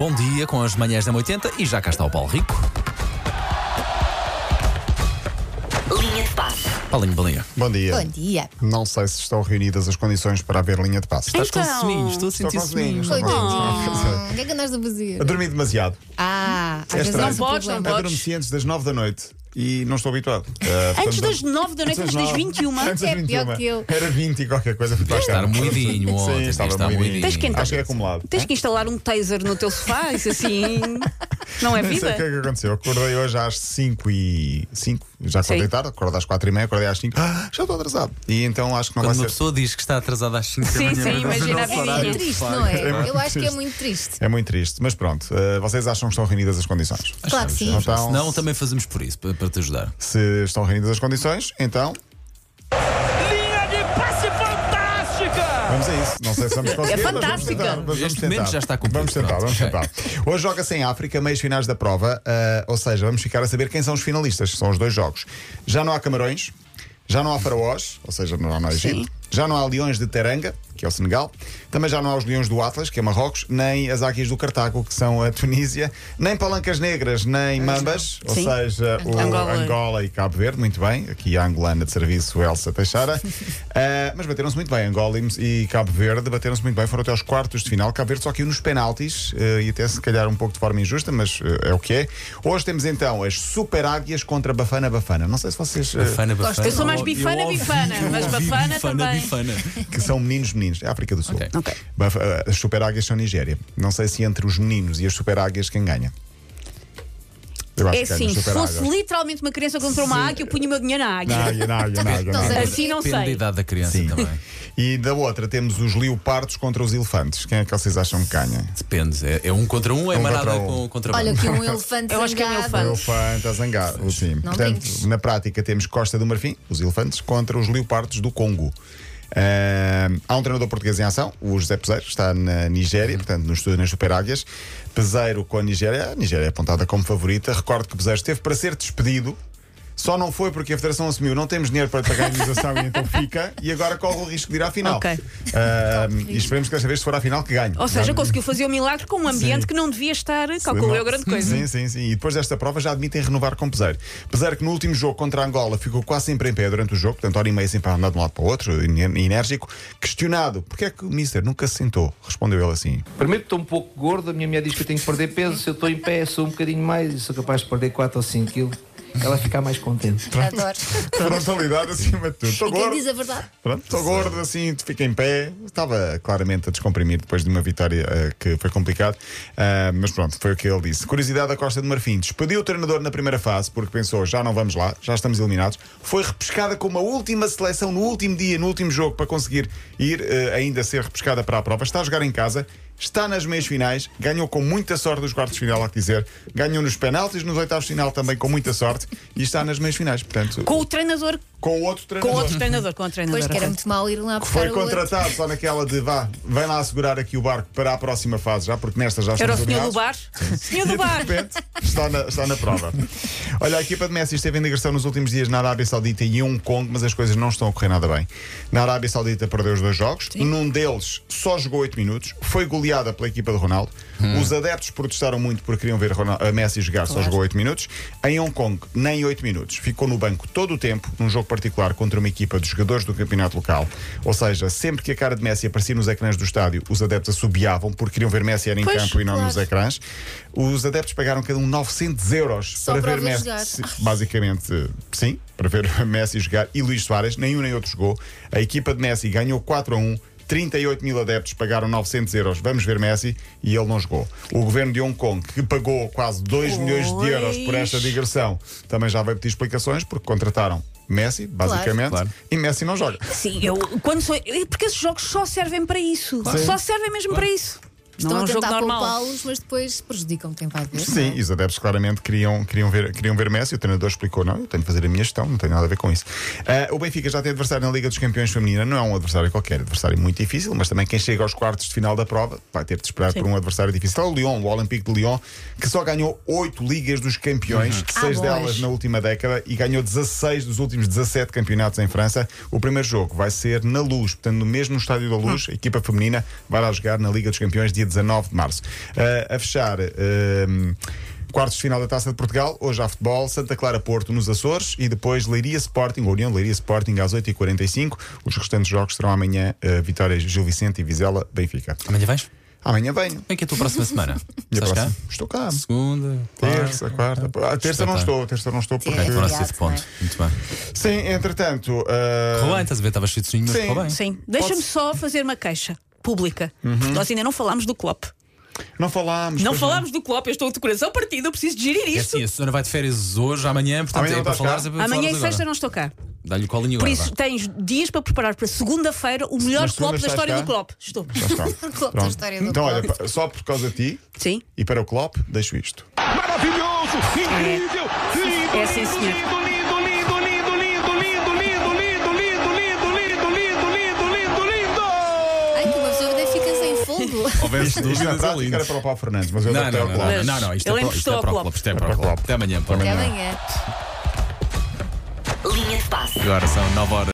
Bom dia com as manhãs da 80 e já cá está o Paulo Rico. Linha de passe. Paulinho, bom dia. Bom dia. Bom dia. Não sei se estão reunidas as condições para haver linha de passe. um Estás com Então. soninhos, estou a Estou sentir com soninhos, soninhos. estou com Coitadinho. soninhos. O que é que andas a fazer? Eu dormi demasiado. Ah, às vezes estranho. há esse Não problema. podes, não podes. Adormeci antes das 9 da noite e não estou habituado. Ah, Antes portanto, das 9 da noite, antes das 9. 21. Antes das É pior 21. que eu. Era 20 e qualquer coisa. Fui para a estar cama. moidinho ontem, Sim, tens de estar estava moidinho. moidinho. Tens que entrar. Acho que é acumulado. Tens que instalar um taser no teu sofá, isso assim. Não é Não sei o que é vida? que aconteceu. Acordei hoje às 5 e 5. Já acordei Sim. tarde, acordo às 4 e meia, acordei às 5. Ah, já estou atrasado. E então acho que não Quando uma vai ser. pessoa diz que está atrasada às 5 da Sim, manhã, sim, mas imagina não a fará vizinha. É isso. triste, não é? muito Eu acho que é triste. muito triste. É muito triste, mas pronto. ah, vocês acham que estão reunidas as condições? Claro que sim. Então- Se não, também fazemos por isso, para, para te ajudar. Se estão reunidas as condições, então Linha de passe fantástica! vamos a isso. Não sei se É vamos conseguir. mas vamos fantástica. tentar, mas vamos Este tentar. momento já está cumprido, Vamos tentar, pronto, vamos ok. tentar. Hoje joga-se em África, meios finais da prova, ah, ou seja, vamos ficar a saber quem são os finalistas. São os dois jogos. Já não há camarões, já não há faraós, ou seja, não há no Egito. Já não há leões de Teranga, que é o Senegal. Também já não há os leões do Atlas, que é Marrocos. Nem as águias do Cartago, que são a Tunísia. Nem palancas negras, nem mambas, ou Sim. seja, o Angola. Angola. Angola e Cabo Verde, muito bem. Aqui a angolana de serviço Elsa Teixeira. Ah, mas bateram-se muito bem. Angola e, e Cabo Verde bateram-se muito bem. Foram até aos quartos de final. Cabo Verde só que um nos penaltis eh, e até se calhar um pouco de forma injusta, mas eh, é o que é. Hoje temos então as Super Águias contra Bafana Bafana. Não sei se vocês. eh, Bafana, bafana. Eu sou mais bifana, Eu ouvi- bifana, eu mas ouvi bafana bifana, também. Bifana. que são meninos meninos. É a África do Sul. Ok. Ok. Baf- ah, As Super Águias são Nigéria. Não sei se entre os meninos e as Super Águias quem ganha. Eu É que ganham assim, as se Super fosse Águias. literalmente uma criança contra uma águia, eu punha o meu dinheiro na Na águia. águia, na águia, na águia. na Não águia. sei. Assim não Depende da sei. idade da criança Sim. também. E da outra temos os leopardos contra os elefantes. Quem é que vocês acham que ganha? Depende. É, é um contra um, é Um manada contra um. com contra Olha, banda. que um elefante Eu acho que é um zangado. O elefante. elefante a zangar, o time. Portanto, brinques. na prática temos Costa do Marfim, os elefantes, contra os leopardos do Congo. Ah, há um treinador português em ação, o José Peseiro, está na Nigéria, portanto, no estúdio nas Super Águias. Peseiro com a Nigéria, a Nigéria é apontada como favorita. Recordo que Peseiro esteve para ser despedido, só não foi porque a Federação assumiu não temos dinheiro para pagar a indenização e então fica, e agora corre o risco de ir à final. Ok. Ah, e esperemos que desta vez, se for à final, que ganhe. Ou seja, Ganhe. conseguiu fazer um milagre com um ambiente que não devia estar, calculo eu, grande coisa. Sim, sim, sim. E depois desta prova já admitem renovar com Peseiro. Peseiro que no último jogo contra a Angola ficou quase sempre em pé durante o jogo, portanto, hora e meia sempre a andar de um lado para o outro, iner- enérgico. Questionado, porque é que o Mister nunca se sentou? Respondeu ele assim. Primeiro que estou um pouco gordo, a minha mulher diz que eu tenho que perder peso, se eu estou em pé sou um bocadinho mais e sou capaz de perder 4 ou 5 quilos. Ela fica mais contente. Adoro. Frontalidade acima de tudo. Estou E quem gordo. diz a verdade? Pronto, estou gordo, assim, tu fica em pé. Estava claramente a descomprimir depois de uma vitória eh, que foi complicado. Ah, mas pronto, foi o que ele disse. Curiosidade da Costa de Marfim. Despediu o treinador na primeira fase porque pensou, já não vamos lá, já estamos eliminados. Foi repescada com uma última seleção no último dia, no último jogo, para conseguir ir eh, ainda ser repescada para a prova. Está a jogar em casa. Está nas meias finais, ganhou com muita sorte os quartos de final, há que dizer, ganhou nos penaltis, nos oitavos de final também com muita sorte e está nas meias finais, portanto, Com o treinador, com outro com treinador. outro treinador, com o treinador. Pois que era muito mal ir lá Que buscar foi o outro. contratado só naquela de vá, vem lá assegurar aqui o barco para a próxima fase, já porque nesta já Era o estamos senhor do dominados. bar. Senhor do bar. E de repente está na, está na prova. Olha, a equipa de Messi esteve em digressão nos últimos dias na Arábia Saudita e em Hong Kong, mas as coisas não estão a correr nada bem. Na Arábia Saudita perdeu os dois jogos, num deles só jogou 8 minutos, foi goleada pela equipa de Ronaldo. Os adeptos protestaram muito porque queriam ver Ronal- a Messi jogar, só jogou 8 minutos. Em Hong Kong, nem 8 minutos. Ficou no banco todo o tempo, num jogo particular contra uma equipa de jogadores do campeonato local. Ou seja, sempre que a cara de Messi aparecia nos ecrãs do estádio, os adeptos assobiavam porque queriam ver Messi era em Pois, campo e não claro. nos ecrãs ecrãs. Os adeptos pagaram cada um 900 euros Só para ver ouvir Messi. jogar. se- Basicamente, eh, sim, para ver Messi jogar e Luís Soares. Nenhum nem outro jogou. A equipa de Messi ganhou 4 a 1. 38 mil adeptos pagaram 900 euros. Vamos ver Messi e ele não jogou. O governo de Hong Kong, que pagou quase 2 milhões de euros por esta digressão, também já vai pedir explicações porque contrataram Messi, basicamente, Claro. e Messi não joga. Sim, eu quando sou. é Porque esses jogos só servem para isso. Só servem mesmo para isso. Estão não é a um jogo tentar normal. poupá-los, mas depois prejudicam quem vai ver. Sim, e os adeptos claramente queriam, queriam, ver, queriam ver Messi. O treinador explicou: não, eu tenho de fazer a minha gestão, não tem nada a ver com isso. Ah, o Benfica já tem adversário na Liga dos Campeões Feminina, não é um adversário qualquer, é um adversário muito difícil, mas também quem chega aos quartos de final da prova vai ter de esperar por um adversário difícil. É o Lyon, o Olympique de Lyon, que só ganhou 8 Ligas dos Campeões, seis Ah, boas. delas na última década, e ganhou 16 dos últimos 17 campeonatos em França. O primeiro jogo vai ser na Luz, portanto, no mesmo estádio da Luz, a equipa feminina vai lá jogar na Liga dos Campeões, dia 19 de março. Ah, a fechar. ahm, Quartos de final da Taça de Portugal, hoje há futebol, Santa Clara Porto nos Açores e depois Leiria Sporting, ou União Leiria Sporting às 8h45. Os restantes jogos serão amanhã, ah, vitórias Gil Vicente e Vizela, Benfica. Amanhã vais? Como Amanhã venho. é que é a tua próxima semana? E a Estás próxima? cá? Estou cá. Segunda, Terça, quarta. Ah, terça não Espetáculo. estou, terça não estou porque. É, foram Obrigado, esse ponto. Muito bem. Sim, entretanto. ah, Correu bem, estás a ver? Estavas cheio de sonho, mas Sim. correu bem. Sim, deixa-me só fazer uma queixa pública. Nós ainda não falámos do Klopp. Não falámos. Não pois falámos do Klopp, eu estou de coração partido, eu preciso digerir É isto. assim, a Susana vai de férias hoje, amanhã, portanto Amanhã é para estás cá? falares. é para Amanhã falares e agora. sexta não estou cá. Dá-lhe o colinho Por agora. isso vá. tens dias para preparar para segunda-feira o melhor Mas Klopp segunda da estás história cá? do Klopp. Estou. Já está. Klopp, Pronto. a história do Então, olha, Klopp. pa- só por causa de ti Sim. e para o Klopp, deixo isto. Maravilhoso, incrível, lindo, É assim, senhor. lindo, lindo, lindo, lindo, lindo, lindo, lindo, lindo, lindo, lindo, lindo, lindo, lindo, lindo, lindo. Ai, que uma pessoa até fica sem fundo. Houvesse Isto, isto na dúvidas, é prática lindo. era para o Paulo Fernandes, mas eu Não, adaptei não, ao não, Klopp. não, não, não, isto é Ele para isto emprestou é ao para o Klopp. Klopp. Isto é para É o para o Klopp. Klopp. Até amanhã, Paulo. Até amanhã. Linha de passe. Agora são 9 horas.